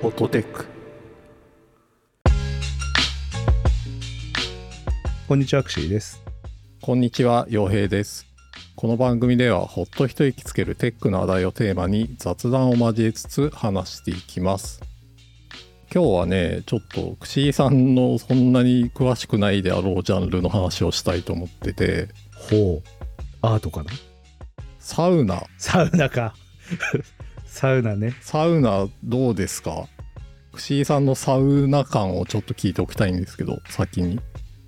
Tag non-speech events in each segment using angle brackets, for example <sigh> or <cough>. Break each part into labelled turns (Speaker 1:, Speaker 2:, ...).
Speaker 1: フォトテック
Speaker 2: こんにちは、アクシーです。
Speaker 1: こんにちは洋平ですこの番組ではほっと一息つけるテックの話題をテーマに雑談を交えつつ話していきます今日はねちょっと串井さんのそんなに詳しくないであろうジャンルの話をしたいと思ってて
Speaker 2: ほう。アートかな
Speaker 1: サウナ
Speaker 2: サウナか。サウナね。
Speaker 1: サウナどうですか串井さんのサウナ感をちょっと聞いておきたいんですけど先に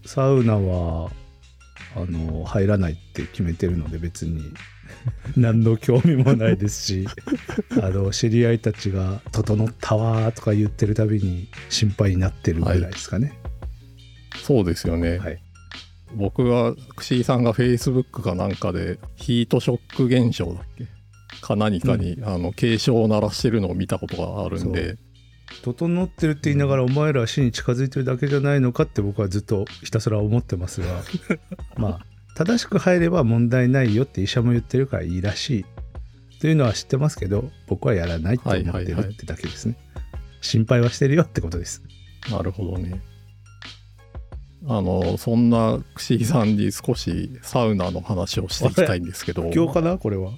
Speaker 2: サウナは、あの、入らないって決めてるので、別に、何の興味もないですし、あの、知り合いたちが、整ったわーとか言ってるたびに、心配になってるぐらいですかね。
Speaker 1: そうですよね、
Speaker 2: はい
Speaker 1: 僕は串井さんが Facebook かなんかでヒートショック現象だっけか何かに、あの警鐘を鳴らしてるのを見たことがあるんで
Speaker 2: 整ってるって言いながら、お前らは死に近づいてるだけじゃないのかって、僕はずっとひたすら思ってます
Speaker 1: <laughs>
Speaker 2: が、まあ、正しく入れば問題ないよって医者も言ってるからいいらしいというのは知ってますけど僕はやらないと思ってるってだけですね、心配はしてるよってことです
Speaker 1: なるほどねあのそんな串井さんに少しサウナの話をしていきたいんですけど
Speaker 2: 今日かなこれは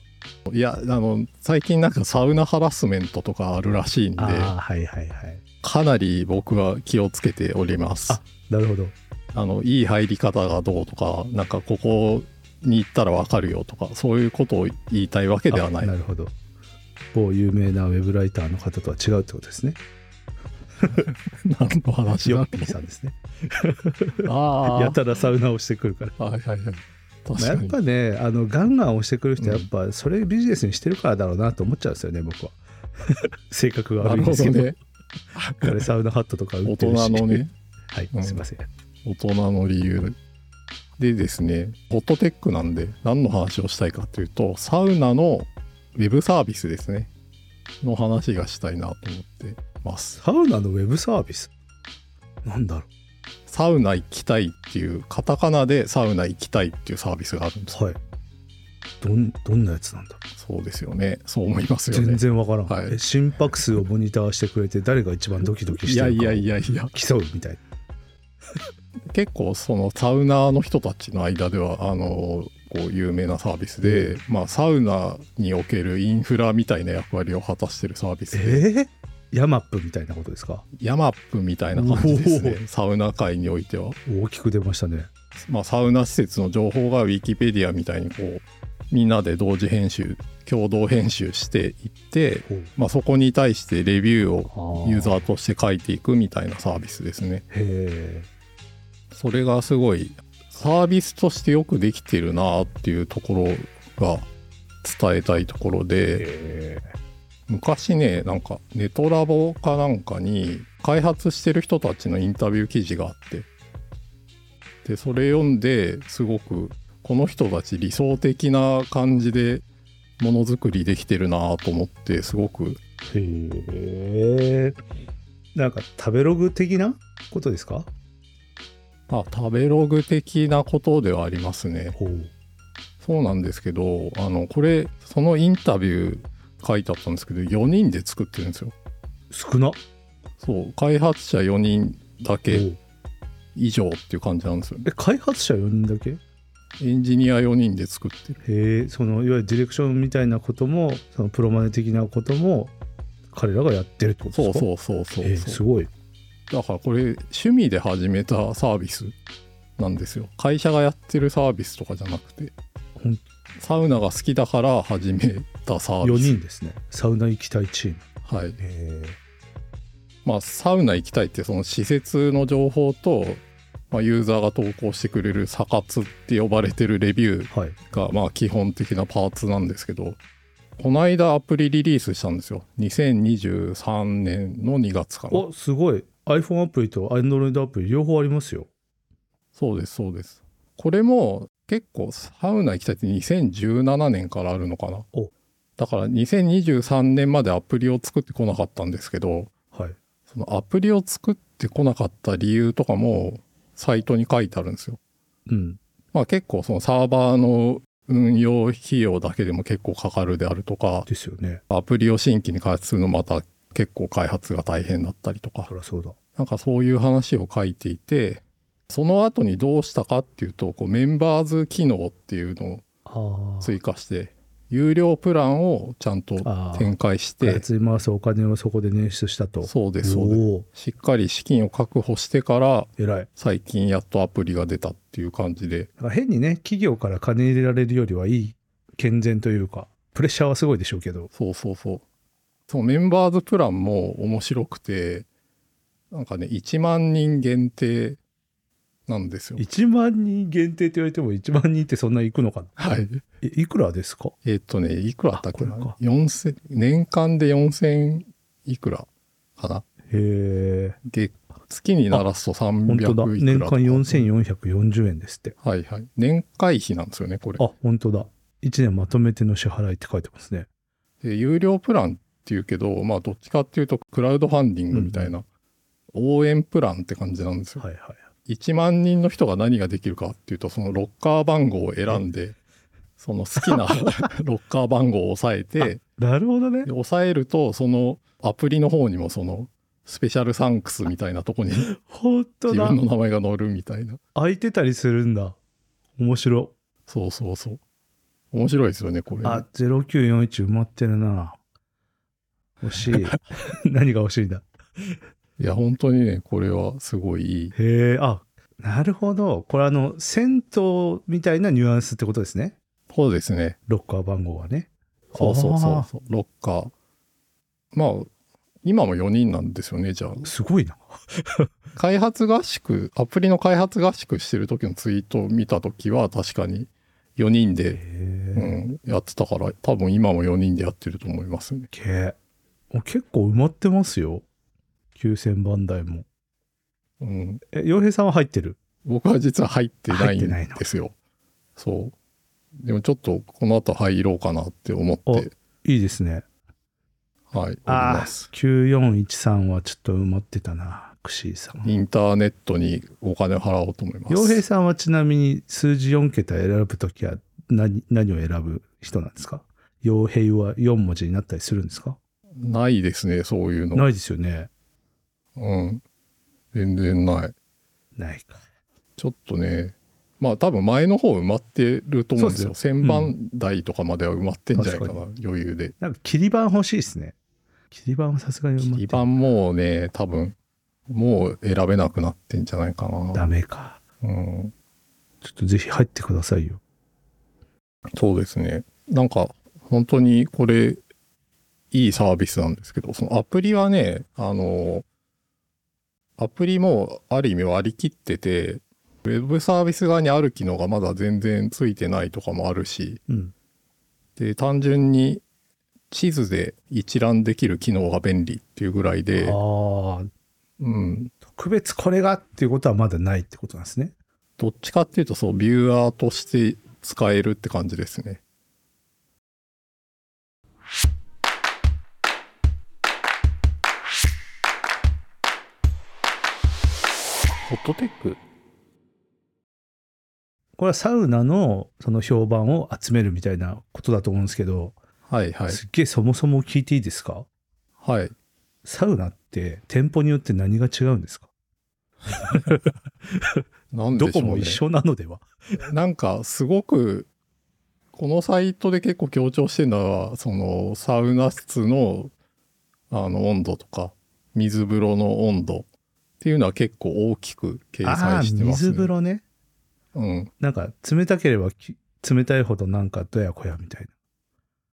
Speaker 2: い
Speaker 1: やあの最近なんかサウナハラスメントとかあるらしいんで
Speaker 2: ああはいはいはい
Speaker 1: かなり僕は気をつけております
Speaker 2: あなるほど
Speaker 1: あのいい入り方がどうとかなんかここに行ったらわかるよとかそういうことを言いたいわけではな
Speaker 2: あ
Speaker 1: い
Speaker 2: なるほど某有名なウェブライターの方とは違うってことですね
Speaker 1: 何の話
Speaker 2: ヨ
Speaker 1: だ
Speaker 2: ッピーさんですね
Speaker 1: あ
Speaker 2: やたらサウナをしてくるから
Speaker 1: あはいはいはい確
Speaker 2: まあや
Speaker 1: か
Speaker 2: っ
Speaker 1: に
Speaker 2: ぱねあのガンガン押してくる人はやっぱそれビジネスにしてるからだろうなと思っちゃうんですよね僕は <laughs> 性格が
Speaker 1: な
Speaker 2: 悪い
Speaker 1: る
Speaker 2: ん
Speaker 1: ほ
Speaker 2: ですけ
Speaker 1: ど
Speaker 2: ど
Speaker 1: ね
Speaker 2: 彼サウナハットとか売っ
Speaker 1: 大
Speaker 2: てるし
Speaker 1: 人のね
Speaker 2: <laughs> はい、
Speaker 1: うん
Speaker 2: すいません
Speaker 1: 大人の理由でですねホットテックなんで何の話をしたいかというとサウナのウェブサービスですねの話がしたいなと思ってます
Speaker 2: サウナのウェブサービスなんだろ
Speaker 1: サウナ行きたいっていうカタカナでサウナ行きたいっていうサービスがあるんです
Speaker 2: うはいどんどんなやつなんだろ
Speaker 1: そうですよね。そう思います
Speaker 2: う
Speaker 1: よね。
Speaker 2: 全然わからん、
Speaker 1: はい
Speaker 2: え心拍数をモニターしてくれて誰が一番ドキドキし
Speaker 1: い
Speaker 2: て
Speaker 1: や
Speaker 2: る
Speaker 1: い
Speaker 2: か
Speaker 1: やいやいや、
Speaker 2: 競うみたいな
Speaker 1: 結構そのサウナーの人たちの間では、あの、こう有名なサービスで、まあサウナにおけるインフラみたいな役割を果たしてるサービスで、
Speaker 2: えーヤマップみたいなことですか
Speaker 1: ヤマップみたいな感じです
Speaker 2: お
Speaker 1: ね。サウナ界においては。
Speaker 2: 大きく出ましたね
Speaker 1: まあサウナ施設の情報がウィキペディアみたいにこう、みんなで同時編集、共同編集していって、まあそこに対してレビューをユーザ
Speaker 2: ー
Speaker 1: ーとして書いていくみたいなサービスですね。
Speaker 2: へ
Speaker 1: それがすごいサービスとしてよくできてるなっていうところが伝えたいところで
Speaker 2: え
Speaker 1: 昔ねなんかネトラボかなんかに開発してる人たちのインタビュー記事があってでそれ読んですごくこの人たち理想的な感じでものづくりできてるなと思ってすごく
Speaker 2: へえなんか食べログ的なことですか
Speaker 1: あ食べログ的なことではありますね。
Speaker 2: ほう
Speaker 1: そうなんですけど、あの、これ、そのインタビュー書いてあったんですけど、4人で作ってるんですよ。
Speaker 2: 少な
Speaker 1: そう、開発者4人
Speaker 2: ほ
Speaker 1: だけ
Speaker 2: う
Speaker 1: 以上っていう感じなんですよね。
Speaker 2: え開発者4人だけ
Speaker 1: エンジニア4人で作ってる。
Speaker 2: へえそのいわゆるディレクションみたいなこともそのプロマネ的なことも彼らがやってるってこと
Speaker 1: そ
Speaker 2: です
Speaker 1: う
Speaker 2: か
Speaker 1: そうそうそうそう、
Speaker 2: へえすごい
Speaker 1: だからこれ、趣味で始めたサービスなんですよ。会社がやってるサービスとかじゃなくて
Speaker 2: ほん、
Speaker 1: サウナが好きだから始めたサー
Speaker 2: 4
Speaker 1: ビス。
Speaker 2: 人ですねサウナ行きたいチーム
Speaker 1: はい。
Speaker 2: へ
Speaker 1: まあ、サウナ行きたいってその施設の情報と、まあ、ユーザーが投稿してくれる「サ活」って呼ばれてるレビュー
Speaker 2: えはい
Speaker 1: がまあ基本的なパーツなんですけどこの間アプリリリースしたんですよ2023年の2月かな
Speaker 2: おすごい iPhone アプリと Android アプリ両方ありますよ
Speaker 1: そうですそうですこれも結構サウナ行きたいって2017年からあるのかな
Speaker 2: お
Speaker 1: だから2023年までアプリを作ってこなかったんですけど
Speaker 2: はい
Speaker 1: そのアプリを作ってこなかった理由とかもサイトに書いてあるんですよ
Speaker 2: うん
Speaker 1: まあ結構そのサーバーの運用費用だけでも結構かかるであるとか、
Speaker 2: ですよね
Speaker 1: アプリを新規に開発するのまた結構開発が大変だったりとか
Speaker 2: そりゃそうだ。
Speaker 1: なんかそういう話を書いていてその後にどうしたかっていうとこうメンバーズ機能っていうのを
Speaker 2: ああ。
Speaker 1: 追加して有料プランをちゃんと
Speaker 2: あー
Speaker 1: 展開し
Speaker 2: 開
Speaker 1: て
Speaker 2: 発に回すお金をそこで捻出したと。
Speaker 1: そうですそうです
Speaker 2: おお
Speaker 1: しっかり資金を確保してから
Speaker 2: 偉い。
Speaker 1: 最近やっとアプリが出たっていう感じで
Speaker 2: なんか変にね、企業から金入れられるよりはいい、健全というか、プレッシャーはすごいでしょうけど。
Speaker 1: そうそうそうそのメンバーズプランも面白くてなんかね1万人限定なんですよ
Speaker 2: 1万人限定って言われても1万人ってそんな行くのかな
Speaker 1: はい
Speaker 2: えいくらですか
Speaker 1: えっ、とねいくらだったっけな
Speaker 2: あこれか
Speaker 1: 4000年間で4000いくらかな
Speaker 2: へえ。
Speaker 1: 月月にならすと
Speaker 2: 本当だ。
Speaker 1: 300い
Speaker 2: 年
Speaker 1: く
Speaker 2: 間
Speaker 1: らとか
Speaker 2: 4440円ですって。
Speaker 1: はいはい年会費なんですよねこれ
Speaker 2: あ、本当だ。1年まとめての支払いって書いてますね。
Speaker 1: で有料プランっていうけどまあどっちかっていうとクラウドファンディングみたいな、応援プランって感じなんですよ、
Speaker 2: はいはい。
Speaker 1: 1万人の人が何ができるかっていうとそのロッカー番号を選んでその好きな <laughs> ロッカー番号を押さえて
Speaker 2: なるほどね
Speaker 1: で。押さえるとそのアプリの方にもそのスペシャルサンクスみたいなとこに自
Speaker 2: 本当だ
Speaker 1: 分。の名前が載るみたいな
Speaker 2: 空いてたりするんだ。面白。
Speaker 1: そうそうそう面白いですよねこれ
Speaker 2: あ、0941埋まってるな。惜しい。
Speaker 1: <laughs>
Speaker 2: 何が惜しいんだ。
Speaker 1: いや本当にねこれはすごいいい
Speaker 2: へえ、あ、なるほど。これあの、銭湯みたいなニュアンスってことですね。
Speaker 1: そうですね
Speaker 2: ロッカー番号はね。
Speaker 1: そうそうそ
Speaker 2: あ
Speaker 1: うそうロッカーまあ今も4人なんですよねじゃあ
Speaker 2: すごいな。
Speaker 1: 開発合宿アプリの開発合宿してる時のツイートを見た時は確かに4人
Speaker 2: へ
Speaker 1: で、う
Speaker 2: え。
Speaker 1: ん、やってたから多分今も4人でやってると思いますね
Speaker 2: けお結構埋まってますよ。9000番台も。
Speaker 1: うん、
Speaker 2: え、洋平さんは入ってる
Speaker 1: 僕は実は入ってない
Speaker 2: 入って
Speaker 1: ん
Speaker 2: ないの
Speaker 1: ですよそうでもちょっとこの後入ろうかなって思って
Speaker 2: いいですね。
Speaker 1: はいおり
Speaker 2: ああ
Speaker 1: ます
Speaker 2: 9413はちょっと埋まってたな、クシーさん。
Speaker 1: インターネットにお金を払おうと思います
Speaker 2: 洋平さんはちなみに数字4桁選ぶときは何何を選ぶ人なんですか洋平は4文字になったりするんですか
Speaker 1: ないですねそういうの
Speaker 2: ないですよね。
Speaker 1: うん全然ない
Speaker 2: ないか。
Speaker 1: ちょっとね、まあ多分前の方埋まってると思うんですよ。
Speaker 2: よ
Speaker 1: 1000番台とかまでは埋まってんじゃないかな、
Speaker 2: 確
Speaker 1: 余裕で。
Speaker 2: なんか切り板欲しいですね。切り板はさすがに埋まってる
Speaker 1: 2番もうね、多分、もう選べなくなってんじゃないか
Speaker 2: ダ
Speaker 1: な。
Speaker 2: メか。
Speaker 1: うん、
Speaker 2: ちょっとぜひ入ってくださいよ。
Speaker 1: そうですね。なんか、本当にこれ、いいサービスなんですけど、そのアプリはね、あの、アプリもある意味割り切ってて、ウェブサービス側にある機能がまだ全然ついてないとかもあるし、
Speaker 2: うん。
Speaker 1: で単純に地図で一覧できる機能が便利っていうぐらいで、
Speaker 2: ああ、
Speaker 1: うん、
Speaker 2: 特別これがっていうことはまだないってことなんですね。
Speaker 1: どっちかっていうとそうビューアーとして使えるって感じですね。ホットテック
Speaker 2: これはサウナのその評判を集めるみたいなことだと思うんですけど、
Speaker 1: はいはい
Speaker 2: すっげえそもそも聞いていいですか
Speaker 1: はい。
Speaker 2: サウナって店舗によって何が違うんですか、
Speaker 1: なんで
Speaker 2: ど
Speaker 1: し
Speaker 2: こ
Speaker 1: ょうね
Speaker 2: も一緒なのでは
Speaker 1: なんかすごくこのサイトで結構強調してるのはそのサウナ室のあの温度とか水風呂の温度っていうのは結構大きく掲
Speaker 2: ああ
Speaker 1: 載して
Speaker 2: ー
Speaker 1: ます、
Speaker 2: 水
Speaker 1: ね。
Speaker 2: 風呂ね
Speaker 1: うん、
Speaker 2: なんか冷たければき冷たいほどなんかどやこやみたい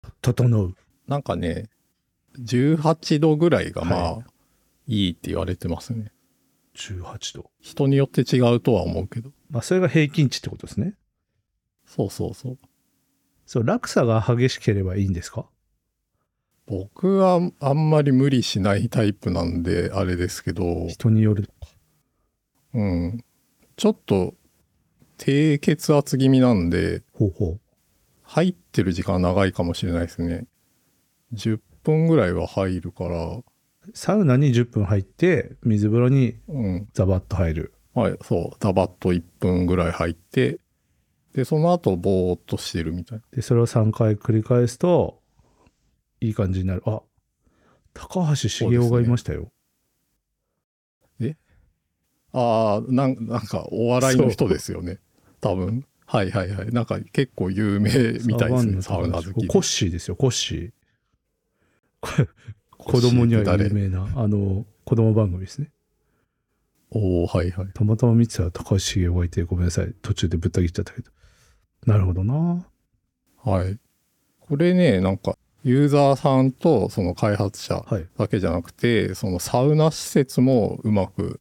Speaker 2: な整う
Speaker 1: なんかね18度ぐらいがまあ、、
Speaker 2: はい
Speaker 1: いって言われてますね。
Speaker 2: 18度
Speaker 1: 人によって違うとは思うけど
Speaker 2: まあそれが平均値ってことですね
Speaker 1: そうそうそう。
Speaker 2: そう落差が激しければいいんですか
Speaker 1: 僕はあんまり無理しないタイプなんであれですけど。
Speaker 2: 人による
Speaker 1: うん。ちょっと低血圧気味なんで、
Speaker 2: 方法
Speaker 1: 入ってる時間長いかもしれないですね。10分ぐらいは入るから、
Speaker 2: サウナに10分入って水風呂に
Speaker 1: うん。
Speaker 2: ザバッと入る
Speaker 1: はい、そう、ダバッと1分ぐらい入って、で、その後、ぼーっとしてるみたいな。
Speaker 2: でそれを3回繰り返すといい感じになるあ高橋茂雄がいましたよ。
Speaker 1: ああ、なんなんかお笑いの人ですよね。多分。はいはいはい。なんか結構有名みたいですね、サウナ好き
Speaker 2: コッ
Speaker 1: で。
Speaker 2: シーですよ、コッシー。子供には有名な、あの、子供番組ですね。
Speaker 1: おおはいはい。
Speaker 2: たまたま見てたら高橋茂雄がいて、ごめんなさい。途中でぶった切っちゃったけど。なるほどな。
Speaker 1: はい。これね、なんか、ユーザーさんとその開発者
Speaker 2: はい。
Speaker 1: だけじゃなくて、そのサウナ施設もうまく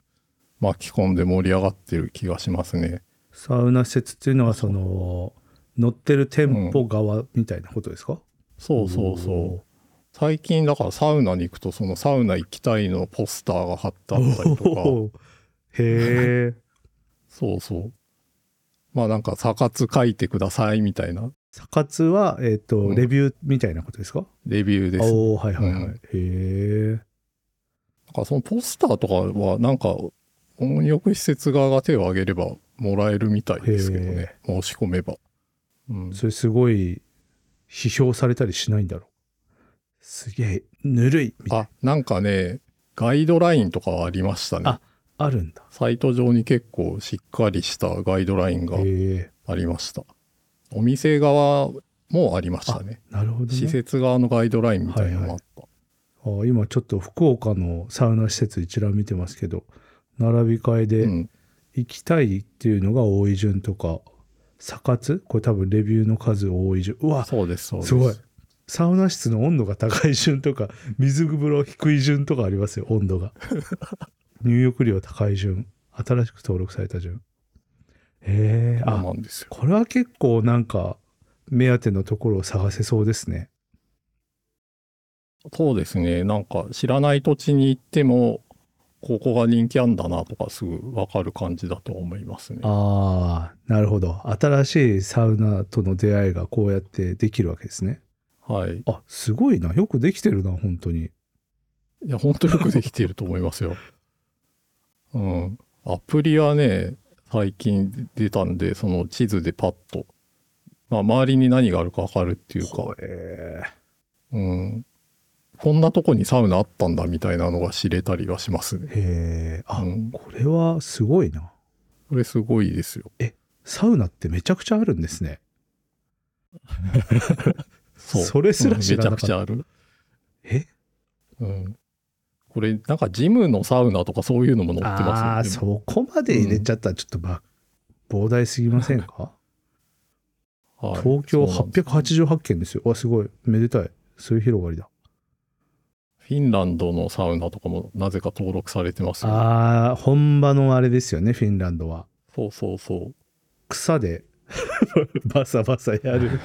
Speaker 1: 巻き込んで盛り上がってる気がしますね。
Speaker 2: サウナ施設っていうのは、その、乗ってる店舗側みたいなことですか、
Speaker 1: そうそうそう。最近だからサウナに行くとそのサウナ行きたいのポスターが貼ってあったりとか、
Speaker 2: おーへえ。
Speaker 1: <laughs> そうそう。まあなんか、サカツ書いてくださいみたいな
Speaker 2: サカツは、えっ、と、
Speaker 1: うん
Speaker 2: レビューみたいなことですか
Speaker 1: レビューです。なん
Speaker 2: おおはいはいはい。
Speaker 1: うん
Speaker 2: へえ。
Speaker 1: かそのポスターとかはなんか、温浴施設側が手を挙げればもらえるみたいですけどね。申し込めば。うん、
Speaker 2: それすごい、批評されたりしないんだろう。すげえ、ぬるいみたいな。
Speaker 1: あ、なんかね、ガイドラインとかはありましたね。
Speaker 2: あるんだ。
Speaker 1: サイト上に結構しっかりしたガイドラインが
Speaker 2: へえ。
Speaker 1: ありました。お店側もありましたね。
Speaker 2: なるほど、
Speaker 1: 施
Speaker 2: ね。
Speaker 1: 設側のガイドラインみたいなのもあった。
Speaker 2: あ今ちょっと福岡のサウナ施設一覧見てますけど、並び替えで、
Speaker 1: うん。
Speaker 2: 行きたいっていうのが多い順とか、サカツこれ多分レビューの数多い順。うわ、
Speaker 1: そうです、そうです。
Speaker 2: すごい。サウナ室の温度が高い順とか、水風呂低い順とかありますよ、温度
Speaker 1: <laughs>
Speaker 2: が。入浴料高い順。新しく登録された順。へえ、
Speaker 1: そう
Speaker 2: あ、
Speaker 1: なんですよ。
Speaker 2: これは結構なんか、目当てのところを探せそうですね。
Speaker 1: そうですね。なんか知らない土地に行っても、ここが人気あんだなとかすぐわかる感じだと思いますね。
Speaker 2: ああ、なるほど。新しいサウナとの出会いがこうやってできるわけですね。
Speaker 1: はい。い
Speaker 2: あ、すごいな。よくできてるな、本当に。
Speaker 1: や、ほんとよくできていると思いますよ。 <laughs> うん。アプリはね、最近出たんで、その地図でパッと、まあ、周りに何があるかわかるっていうか、
Speaker 2: え
Speaker 1: うん。こんなとこにサウナあったんだみたいなのが知れたりはしますね。
Speaker 2: へえ、あ、
Speaker 1: うん
Speaker 2: これはすごいな。
Speaker 1: これすごいですよ。
Speaker 2: サウナってめちゃくちゃあるんですね。
Speaker 1: そう。
Speaker 2: それすら知らなかっ
Speaker 1: うんめちゃく
Speaker 2: た。
Speaker 1: ちゃある。
Speaker 2: え
Speaker 1: うん。これ、なんかジムのサウナとかそういうのも載って
Speaker 2: あ
Speaker 1: ま
Speaker 2: あ、
Speaker 1: すよね。
Speaker 2: そこまで入れちゃったらちょっとば、膨大すぎませんか
Speaker 1: <laughs> はい
Speaker 2: 東京
Speaker 1: そうなんです
Speaker 2: 888件ですよ。わ、すごい。めでたい。そういう広がりだ。
Speaker 1: フィンランドのサウナとかもなぜか登録されてますよ、
Speaker 2: ああ、本場のあれですよね、フィンランドは。
Speaker 1: そうそうそう。
Speaker 2: 草で <laughs> バサバサや
Speaker 1: <laughs>
Speaker 2: る。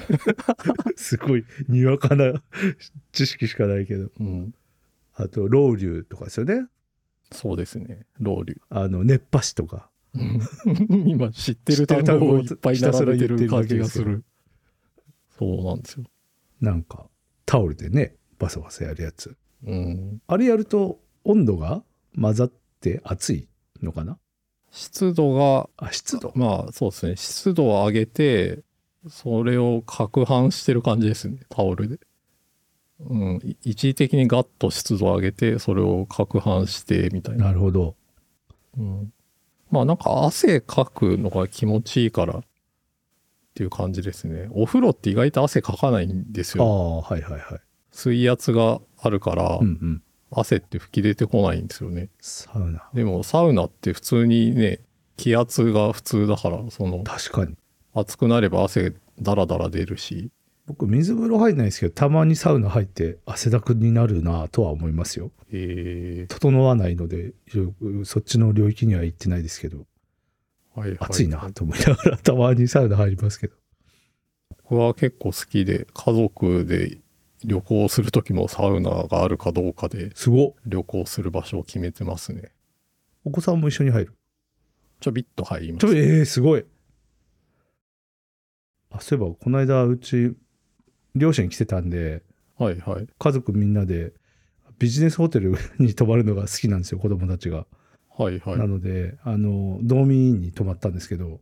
Speaker 2: すごい、にわかな知識しかないけど。
Speaker 1: うん。
Speaker 2: あと、ロウリュとかですよね。
Speaker 1: そうですね。ロウリュ。 <laughs>
Speaker 2: あの、熱波師とか。
Speaker 1: うん今知ってる単語をいっぱい並べてる感じがする。そうなんですよ。
Speaker 2: なんかタオルでねバサバサやるやつ
Speaker 1: うん。
Speaker 2: あれやると温度が混ざって熱いのかな
Speaker 1: 湿度が、
Speaker 2: あ湿度
Speaker 1: まあそうですね。湿度を上げて、それを攪拌してる感じですね。タオルで。うん。い一時的にガッと湿度を上げて、それを攪拌してみたいな。
Speaker 2: なるほど
Speaker 1: うん、まあなんか汗かくのが気持ちいいからっていう感じですね。お風呂って意外と汗かかないんです
Speaker 2: ああ
Speaker 1: よ。
Speaker 2: はいはいはい
Speaker 1: 水圧があるから
Speaker 2: うんうん
Speaker 1: 汗って吹き出てこないんですよね。
Speaker 2: サウナ
Speaker 1: でもサウナって普通にね、気圧が普通だから、その
Speaker 2: 確かに
Speaker 1: 暑くなれば汗ダラダラ出るし、
Speaker 2: 僕水風呂入んないですけどたまにサウナ入って汗だくになるなとは思いますよ
Speaker 1: え
Speaker 2: 整わないのでよそっちの領域には行ってないですけど
Speaker 1: ーはいは
Speaker 2: 暑いなと思いながらたまにサウナ入りますけど
Speaker 1: 僕は結構好きで、家族で旅行する時もサウナがあるかどうかです
Speaker 2: ごっ
Speaker 1: 旅行する場所を決めてますね。
Speaker 2: お子さんも一緒に入る
Speaker 1: ちょびっと入りま
Speaker 2: ち
Speaker 1: す
Speaker 2: ょ。ええすごい。あそういえば、この間、うち、両親来てたんで、
Speaker 1: はいはい。
Speaker 2: 家族みんなで、ビジネスホテルに泊まるのが好きなんですよ、子供たちが。
Speaker 1: はい
Speaker 2: な
Speaker 1: はい。
Speaker 2: ので、あの、道民院に泊まったんですけど、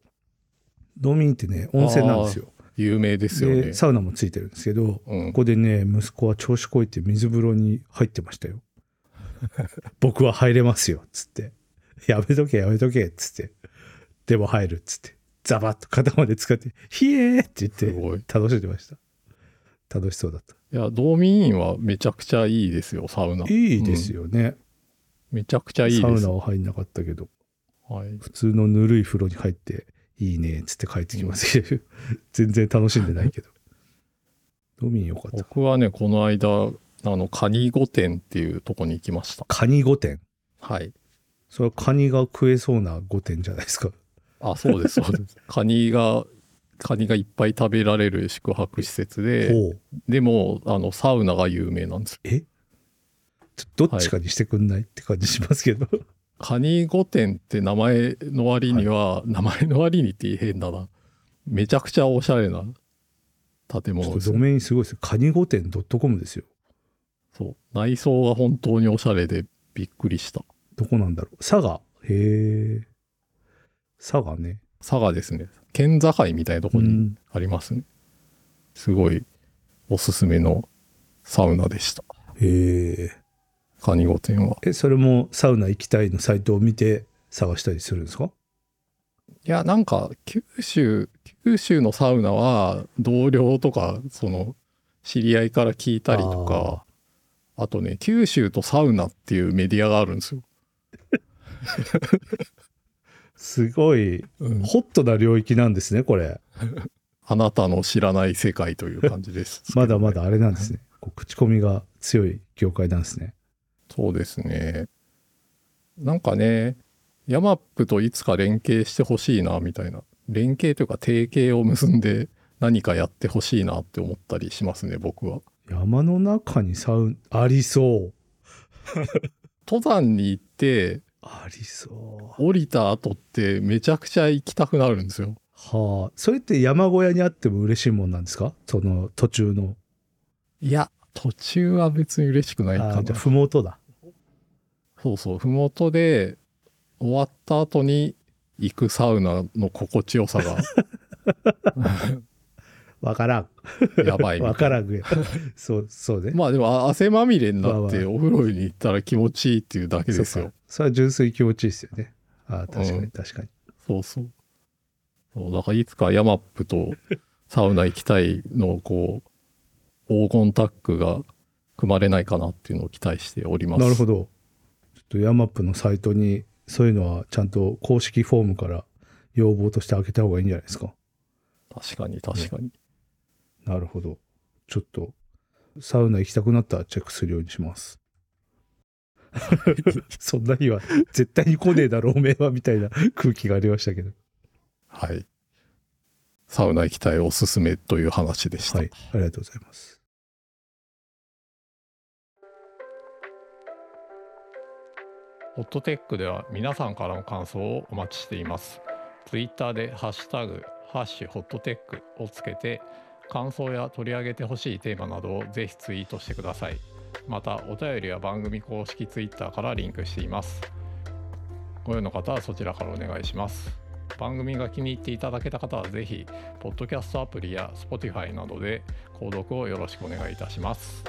Speaker 2: 道民院ってね、温泉なんですよ。
Speaker 1: 有名ですよね
Speaker 2: で。サウナもついてるんですけど
Speaker 1: うん
Speaker 2: こ、こでね息子は調子こいて水風呂に入ってましたよ <laughs> 僕は入れますよっつってやめとけやめとけっつってでも入るっつってザバッと肩まで使って「ひえー!」って言
Speaker 1: す
Speaker 2: って
Speaker 1: ごい。い
Speaker 2: 楽しんでました楽しそうだった
Speaker 1: や、道民院はめちゃくちゃいいですよ、サウナ。
Speaker 2: いいですよね、
Speaker 1: めちゃくちゃいい
Speaker 2: サ
Speaker 1: で
Speaker 2: ウ
Speaker 1: す
Speaker 2: ナ。は入んなかったけど
Speaker 1: はい。
Speaker 2: 普通のぬるい風呂に入って「いいね」っつって帰ってきますけど全然楽しんでないけどドミニよかった
Speaker 1: 僕はね、この間、あの、カニ御殿っていうとこに行きました。
Speaker 2: カニ御殿
Speaker 1: はい。
Speaker 2: それはカニが食えそうな御殿じゃないですか
Speaker 1: あ、そうです、そう
Speaker 2: <laughs>
Speaker 1: です。カニが、カニがいっぱい食べられる宿泊施設で、
Speaker 2: ほう
Speaker 1: でも、あの、サウナが有名なんです。
Speaker 2: ちょどっちかにしてくんないって感じしますけ
Speaker 1: <laughs>
Speaker 2: ど、
Speaker 1: カニ御殿って名前の割には、名前の割にって変だな。めちゃくちゃおしゃれな建
Speaker 2: ちょ
Speaker 1: 物
Speaker 2: っ
Speaker 1: で
Speaker 2: と
Speaker 1: す
Speaker 2: ド
Speaker 1: ね。
Speaker 2: メインすごいですよカニ御殿 .com ですよ
Speaker 1: そう。内装が本当におしゃれでびっくりした。
Speaker 2: どこなんだろう佐賀へえ佐賀ね
Speaker 1: 佐賀ですね。県境みたいなとこ
Speaker 2: う
Speaker 1: に
Speaker 2: ん
Speaker 1: ありますね。すごいおすすめのサウナでした。
Speaker 2: へえ
Speaker 1: カニ御殿は。
Speaker 2: えそれもサウナ行きたいのサイトを見て探したりするんですか
Speaker 1: いや、なんか、九州、九州のサウナは、同僚とか、その、知り合いから聞いたりとか、あとね、九州とサウナっていうメディアがあるんですよ。
Speaker 2: すごいホットな領域なんですねこれ
Speaker 1: あなたの知らない世界という感じです。
Speaker 2: <laughs> まだまだあれなんですねこう口コミが強い業界なんですね
Speaker 1: そうですね。なんかね、ヤマップといつか連携してほしいな、みたいな。連携というか、提携を結んで何かやってほしいなって思ったりしますね、僕は。
Speaker 2: 山の中にサウナありそう
Speaker 1: 登山に行って、
Speaker 2: ありそう
Speaker 1: 降りた後ってめちゃくちゃ行きたくなるんですよ。
Speaker 2: はあそれって山小屋にあっても嬉しいもんなんですかその途中の
Speaker 1: いや、途中は別に嬉しくない
Speaker 2: あ
Speaker 1: か
Speaker 2: ーじゃ
Speaker 1: な
Speaker 2: あ。ふもとだ
Speaker 1: そうそう、ふもとで終わった後に行くサウナの心地よさ
Speaker 2: <laughs>
Speaker 1: が
Speaker 2: わからん
Speaker 1: やばいみたいな
Speaker 2: わからんぐらい <laughs> そうそうね、
Speaker 1: まあでもあ汗まみれになっ
Speaker 2: まあ
Speaker 1: て
Speaker 2: ま
Speaker 1: お風呂に行ったら気持ちいいっていうだけです
Speaker 2: そう
Speaker 1: よ
Speaker 2: か。それは純粋に気持ちいいですよねあー確か
Speaker 1: う
Speaker 2: に
Speaker 1: ん
Speaker 2: 確かに、
Speaker 1: そうそう。そうだからいつかヤマップとサウナ行きたいのをこう、黄金タッグが組まれないかなっていうのを期待しております。
Speaker 2: なるほ
Speaker 1: ど。
Speaker 2: どちょっとヤマップのサイトにそういうのはちゃんと公式フォームから要望として開けた方がいいんじゃないですか
Speaker 1: 確かに確かに。
Speaker 2: なるほど。ちょっと、サウナ行きたくなったらチェックするようにします。そんな日は絶対に来ねえだろ、おめえは、みたいな空気がありましたけど。
Speaker 1: はい。サウナ行きたいおすすめという話でした。
Speaker 2: はい、ありがとうございます。
Speaker 1: ホットテックでは皆さんからの感想をお待ちしています。ツイッターでハッシュタグ、ハッシュホットテックをつけて、感想や取り上げてほしいテーマなどをぜひツイートしてください。また、お便りは番組公式ツイッターからリンクしています。ご用の方はそちらからお願いします。番組が気に入っていただけた方はぜひ、ポッドキャストアプリや Spotify などで購読をよろしくお願いいたします。